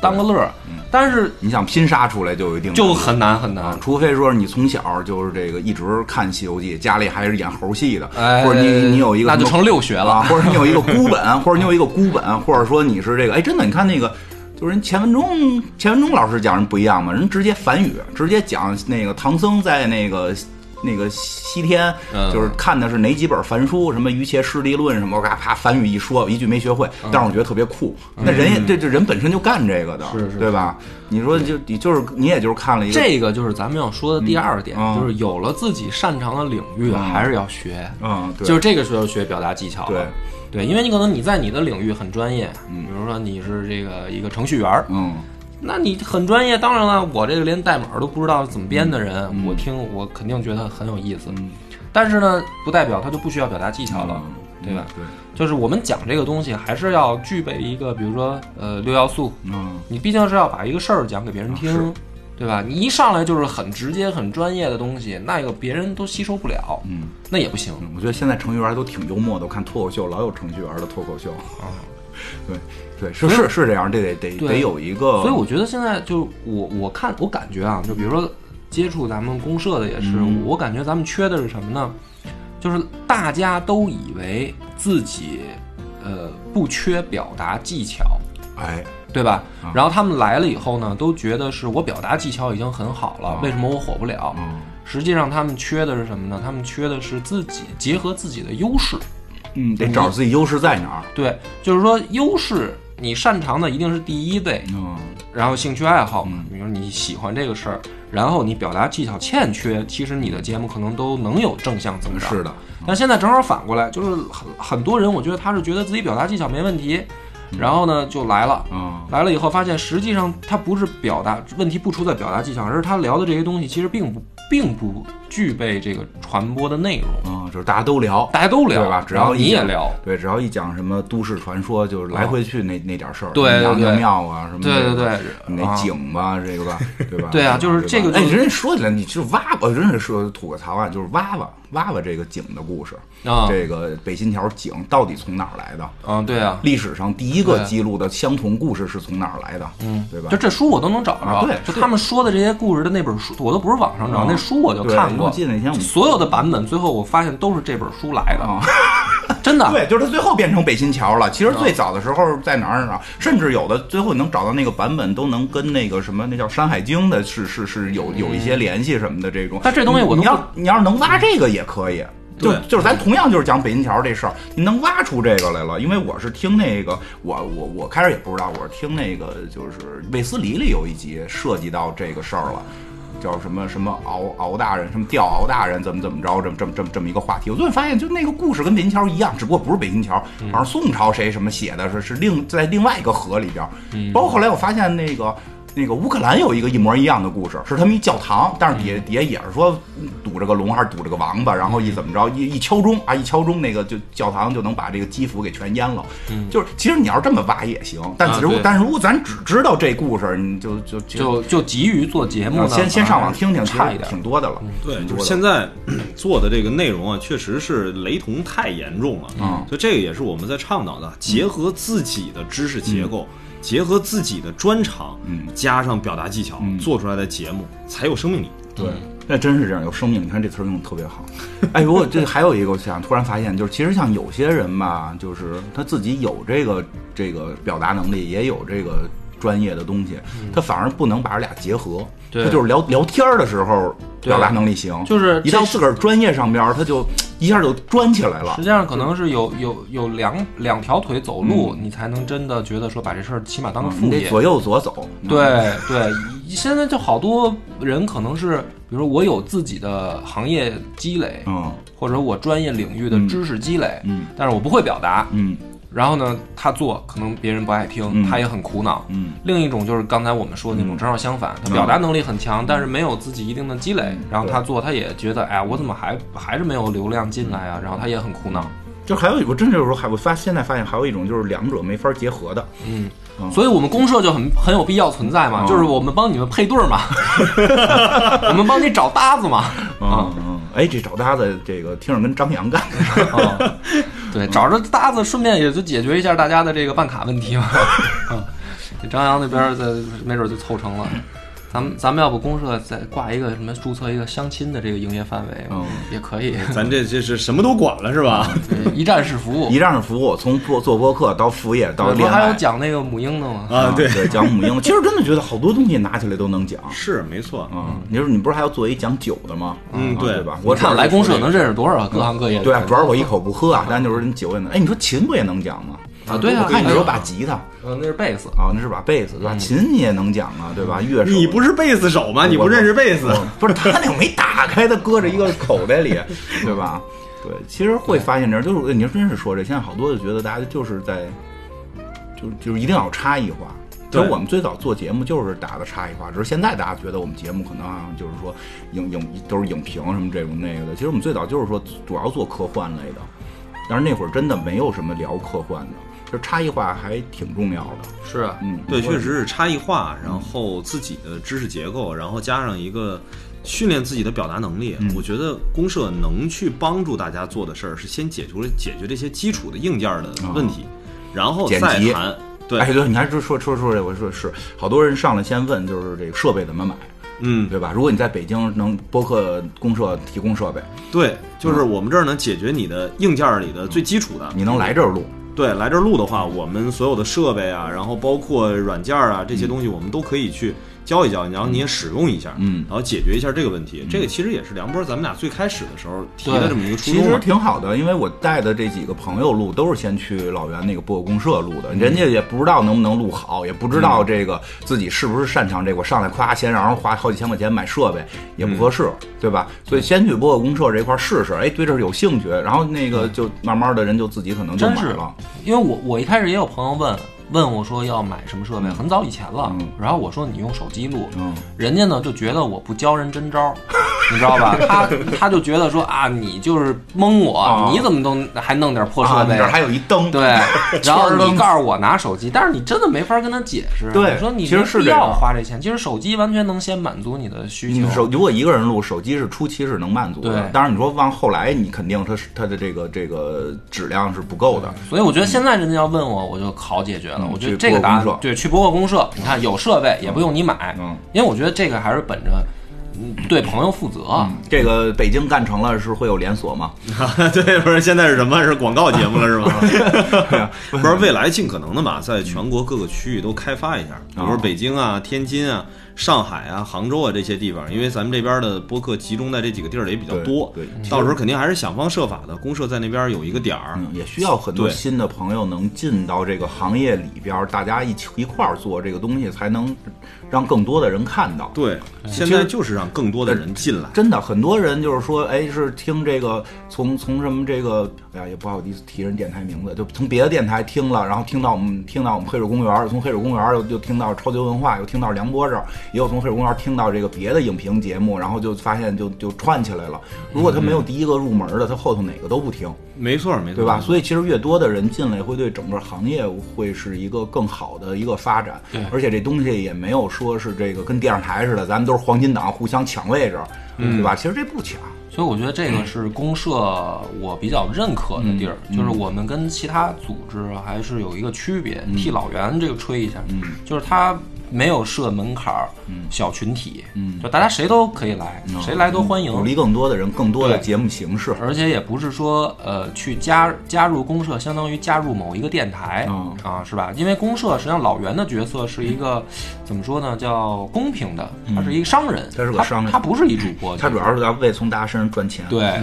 当个乐儿，但是你想拼杀出来就有一定就难度很难很难啊，。除非说是你从小就是这个一直看《西游记》，家里还是演猴戏的，哎或者你你有一个那就什么成六学了啊，或者你有一个孤 <laughs> 本，或者你有一个孤本，或者说你是这个，哎，真的，你看那个。就是人钱文忠，钱文忠老师讲人不一样嘛，人直接梵语，直接讲那个唐僧在那个那个西天，嗯就是看的是哪几本梵书，什么《瑜伽师地论》什么，嘎啪梵语一说，我一句没学会，嗯但是我觉得特别酷。那人也这这人本身就干这个的，是是对吧？你说就你就是你也就是看了一个这个就是咱们要说的第二点，嗯就是有了自己擅长的领域，嗯还是要学。嗯，对，就是这个时候学表达技巧了，对对，因为你可能你在你的领域很专业，比如说你是这个一个程序员儿，嗯，那你很专业，当然了，我这个连代码都不知道怎么编的人，嗯我听我肯定觉得很有意思。但是呢，不代表他就不需要表达技巧了，嗯对吧？对，就是我们讲这个东西，还是要具备一个，比如说呃六要素，嗯，你毕竟是要把一个事儿讲给别人听，对吧？你一上来就是很直接、很专业的东西，那个别人都吸收不了，嗯，那也不行。我觉得现在程序员都挺幽默的，我看脱口秀老有程序员的脱口秀啊，对对是是是这样，这得得哦对得有一个，所以我觉得现在就我我看我感觉啊，就比如说接触咱们公社的也是，我感觉咱们缺的是什么呢？就是大家都以为自己呃不缺表达技巧，哎，对吧？然后他们来了以后呢，都觉得是我表达技巧已经很好了，啊为什么我火不了？嗯实际上他们缺的是什么呢？他们缺的是自己结合自己的优势，嗯，得找自己优势在哪儿，对，就是说优势。你擅长的一定是第一位，嗯，然后兴趣爱好嘛嗯，比如你喜欢这个事儿，然后你表达技巧欠缺，其实你的节目可能都能有正向增长。是的，嗯但现在正好反过来，就是很很多人，我觉得他是觉得自己表达技巧没问题，然后呢就来了。嗯，来了以后，发现实际上他不是表达问题不出在表达技巧，而是他聊的这些东西其实并不并不具备这个传播的内容。嗯，就是大家都聊，大家都聊对吧只要然后一你也讲聊，对，只要一讲什么都市传说，就是来回去那那点事儿，哦对对娘娘对庙啊什么，对对，对，你那啊井吧，<laughs> 这个吧，对吧？对啊就是吧这个就哎，人家说起来，你就挖吧，人家说吐个槽啊，就是挖挖挖挖这个井的故事，啊这个北新桥井到底从哪儿来的？啊，对啊，历史上第一个对记录的相同故事是从哪儿来的？嗯，对吧就？这书我都能找啊着，对就是他们说的这些故事的那本书，我都不是网上找，啊那书我就对看因为我过，记得那天我们所有的版本，最后我发现都是这本书来的，啊 <laughs> 真的。对，就是它最后变成北新桥了。其实最早的时候在哪儿呢？甚至有的最后能找到那个版本，都能跟那个什么那叫《山海经》的是是是有有一些联系什么的这种。但这东西我都你不要你要是能挖这个也可以。就对就是咱同样就是讲北新桥这事儿，你能挖出这个来了，因为我是听那个我我我开始也不知道，我是听那个就是卫斯理里有一集涉及到这个事儿了，叫什么什么敖敖大人，什么吊敖大人，怎么怎么着，这么这么这么这么一个话题。我最后发现，就那个故事跟北京桥一样，只不过不是北京桥，好像宋朝谁什么写的是是另在另外一个河里边儿。包括后来我发现那个。那个乌克兰有一个一模一样的故事，是他们一教堂，但是底下嗯底下也是说堵着个龙还是堵着个王八，然后一怎么着一一敲钟啊，一敲钟那个就教堂就能把这个基辅给全淹了。就是其实你要是这么挖也行，嗯但啊只是、对但是如果咱只知道这故事，你就就就就就急于做节目啊呢，先先上网听听，其实差一点。嗯挺多的了。对，挺就是多的现在做的这个内容啊，确实是雷同太严重了，嗯所以这个也是我们在倡导的，结合自己的知识结构，结合自己的专长，嗯加上表达技巧，嗯做出来的节目才有生 <laughs> 命力。对，嗯那真是这样，有生命。你看这词儿用的特别好。 <laughs> 哎，不过这还有一个，我想突然发现，就是其实像有些人吧，就是他自己有这个这个表达能力，也有这个专业的东西，他反而不能把这俩结合。嗯对他就是聊聊天儿的时候对表达能力行，就是一到自个儿专业上边儿，他就一下就专起来了实。际上可能是有有有两两条腿走路，你才能真的觉得说把这事儿起码当嗯副你业得。左右左走。嗯，对对，现在就好多人可能是，比如说我有自己的行业积累，嗯或者我专业领域的知识积累，嗯但是我不会表达，嗯然后呢，他做可能别人不爱听，嗯他也很苦恼。嗯另一种就是刚才我们说的那种，正好相反，他表达能力很嗯强，但是没有自己一定的积累，然后他做他也觉得，哎呀，我怎么还还是没有流量进嗯来啊？然后他也很苦恼。就还有一，我真就是说，还我发现在发现还有一种就是两者没法结合的，嗯嗯，所以我们公社就很很有必要存在嘛，嗯就是我们帮你们配对 <laughs> 儿嘛，我们帮你找搭子嘛。嗯嗯，哎，这找搭子，这个听着跟张扬干的，哦，对，找着搭子，顺便也就解决一下大家的这个办卡问 <laughs> 题嘛。啊，这张扬那边儿在没准就凑成了。咱们咱们要不公社再挂一个什么，注册一个相亲的这个营业范围，嗯也可以，咱这这是什么都管了是吧？对 <laughs> 一站式服务一。站式服务，从做做播客到副业到对不恋还有爱。讲那个母婴的嗯吗？啊，对，对，讲母婴，其实真的觉得好多东西拿起来都能讲。是没错。嗯，你说你不是还要做一讲酒的吗？嗯啊对对吧？我看来公社能认。认识多少各行各业的对人？啊，主要是我一口不喝啊，但就是人酒也能。哎，你说琴不也能讲吗？啊对啊我看你还有嗯说把吉他呃，那是贝斯。啊，那是把贝斯对吧？琴你也能讲啊，对吧？乐手你不是贝斯手吗？你不认识贝斯？哦不是他那个没打开，他搁着一个口袋 <laughs> 里，对吧？对，其实会发现这样，就是你真是说这，现在好多就觉得大家就是在，就是就是一定要差异化。其实对我们最早做节目就是打的差异化，只是现在大家觉得我们节目可能啊，就是说影影都是影评什么这种那个的。其实我们最早就是说主要做科幻类的，但是那会儿真的没有什么聊科幻的，就是差异化还挺重要的。是，嗯，对，我确实是差异化，然后自己的知识结构，然后加上一个训练自己的表达能嗯力。我觉得公社能去帮助大家做的事儿是先解决解决这些基础的硬件的问题，然后啊剪再辑谈。对，哎，对，你还说说说说这，我说是，好多人上来先问就是这个设备怎么买，嗯，对吧？如果你在北京能播客公社提供设备，对，就是我们这儿能解决你的硬件里的最基础的。你能来这儿录，对来这儿录的话，我们所有的设备啊，然后包括软件啊这些东西，我们都可以去教一教你，然后你也使用一下，嗯然后解决一下这个问题。这个其实也是梁波咱们俩最开始的时候提对的这么一个初其衷实嘛。挺好的，因为我带的这几个朋友录都是先去老袁那个播客公社录嗯的，人家也不知道能不能录好，也不知道这个自己是不是擅长这个，我上来夸先让人花好几千块钱买设备也不合适，嗯对吧？所以先去播客公社这块试试，哎，对这儿有兴趣，然后那个就慢慢的人就自己可能就嗯真买是了，因为我我一开始也有朋友问问我说要买什么设备，很早以前了嗯，然后我说你用手机录，嗯，人家呢就觉得我不教人真招 <laughs> 儿，你知道吧？他他就觉得说啊，你就是蒙啊我，你怎么都还弄点破啊，设你备这？儿还有一灯， <laughs> 对，然后你告诉我拿手机，但是你真的没法跟他解释。对你说你其实没是必这要样花这钱，其实手机完全能先满足你的需你手求。如果一个人录，手机是初期是能满足的对，当然你说往后来，你肯定它是它的这个这个质量是不够的，所以我觉得现在人家要问我，我就好解决了。嗯我觉去得这个答博客公案社对，去博客公社，你看有设备也不用你买，嗯。因为我觉得这个还是本着嗯对朋友负责。嗯这个北京干成了是会有连锁吗？ <laughs> 对，不是现在是什么？是广告节目了是吗？ <laughs> 不是未来尽可能的嘛，在全国各个区域都开发一下，比嗯如说北京啊、天津啊、上海啊、杭州啊这些地方，因为咱们这边的播客集中在这几个地儿的也比较多。对对到时候肯定还是想方设法的，公社在那边有一个点儿。嗯，也需要很多对新的朋友能进到这个行业里边儿，大家一起一块儿做这个东西，才能让更多的人看到。对，现在就是让更多的人进来。真的，很多人就是说，哎，是听这个从从什么这个，哎呀，也不好意思提人电台名字，就从别的电台听了，然后听到我们听到我们黑水公园，从黑水公园又又听到超级文化，又听到梁波这儿，也有从黑水公园听到这个别的影评节目，然后就发现就就串起来了。如果他没有第一个入门的，他后头哪个都不听。没错，没错，嗯对吧？所以以其实越多的人进来，会对整个行业会是一个更好的一个发展。而且这东西也没有说是这个跟电视台似的，咱们都是黄金档，互相抢位置，嗯对吧？其实这不抢，所以我觉得这个是公社我比较认可的地儿，嗯就是我们跟其他组织还是有一个区别。嗯替老袁这个吹一下，就是他没有设门槛儿，嗯小群体，就大家谁都可以来，谁来都欢迎。鼓励更多的人，更多的对节目形式。而且也不是说呃去加加入公社，相当于加入某一个电台、嗯啊，是吧？因为公社实际上老袁的角色是一个、怎么说呢，叫公平的，他是一个商人，嗯他是个商人他不是一主播，它主要是要为从大家身上赚钱。对，啊，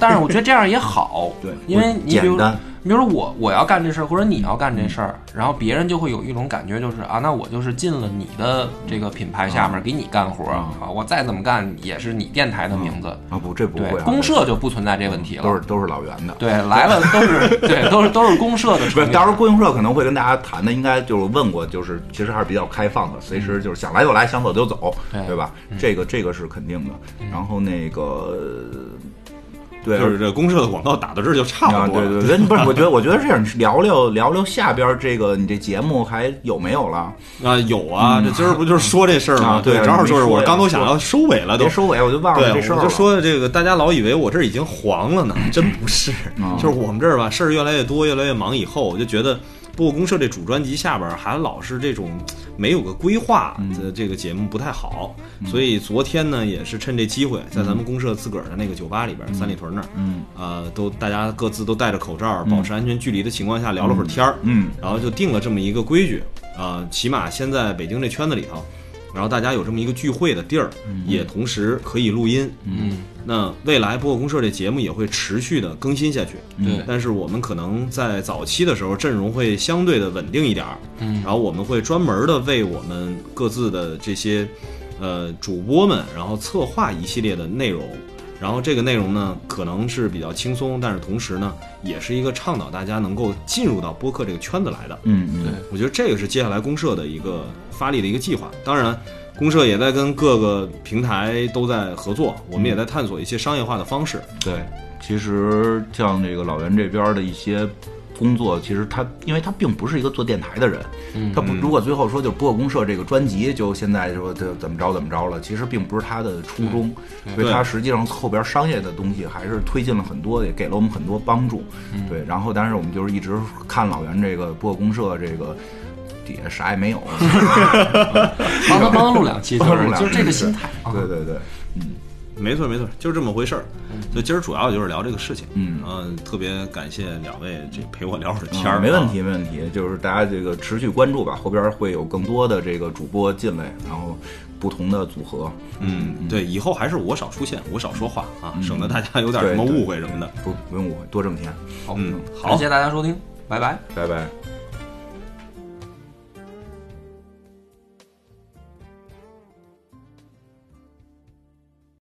但是我觉得这样也好， <laughs> 对因为你比简如，单嗯你比如说我我要干这事儿，或者你要干这事儿，然后别人就会有一种感觉，就是啊，那我就是进了你的这个品牌嗯下面给你干活儿啊啊，我再怎么干也是你电台的名字，啊，不，这不对会、，啊。公社就不存在这问题都了是，都是老袁的。对，来 <laughs> 了都是对，都是都是公社的不成是，员，到时候公社可能会跟大家谈的，应该就是问过，就是其实还是比较开放的，随时就是想来就来，想走就走，对对吧？这个这个是肯定的。然后那个，对，就是这公社的广告打到这儿就差啊，不多对了。对对，不是，我觉得我觉得这样聊聊聊聊下边儿这个你这节目还有没有了？啊，有啊，这今儿不就是说这事儿嗯啊吗？对正好说是没说我呀刚都想要收尾了，都别收尾，我就忘对，了这事儿我了。就说这个，大家老以为我这已经黄 <laughs> 了呢，真不是，啊就是我们这儿吧，事儿越来越多，越来越忙，以后我就觉得。播客公社这主专辑下边儿还老是这种没有个规划嗯的这个节目不太好，所以昨天呢也是趁这机会，在咱们公社自个儿的那个酒吧里边儿，三里屯那儿，嗯，呃，都大家各自都戴着口罩，保持安全距离的情况下聊了会儿天儿，嗯，然后就定了这么一个规矩，啊，起码先在北京这圈子里头，然后大家有这么一个聚会的地儿，也同时可以录音，嗯，那未来播客公社这节目也会持续的更新下去，对但是我们可能在早期的时候阵容会相对的稳定一点儿，嗯然后我们会专门的为我们各自的这些呃主播们，然后策划一系列的内容。然后这个内容呢，可能是比较轻松，但是同时呢，也是一个倡导大家能够进入到播客这个圈子来的。嗯嗯，我觉得这个是接下来公社的一个发力的一个计划。当然，公社也在跟各个平台都在合作，我们也在探索一些商业化的方式。对，其实像这个老袁这边儿的一些工作，其实他因为他并不是一个做电台的人，嗯他不如果最后说就播客公社这个专辑，就现在说就怎么着怎么着了，其实并不是他的初衷，嗯所以他实际上后边商业的东西还是推进了很多，也给了我们很多帮助。嗯对，然后但是我们就是一直看老袁这个播客公社这个。底下啥 <laughs> 也没有，帮他帮他录两期，就帮他是录两就是这个期心态啊。对对对，没错没错，就是这么回事儿。所以今儿主要就是聊这个事情，嗯嗯，特别感谢两位这陪我聊会儿天啊儿，没问题，没问题，就是大家这个持续关注吧，后边会有更多的这个主播进来，然后不同的组合，嗯，对，以后还是我少出现，我少说话啊，省得大家有点什么嗯对对误会什么的。不不用误会，多挣钱，好，嗯，好感，谢大家收听，拜拜。拜拜。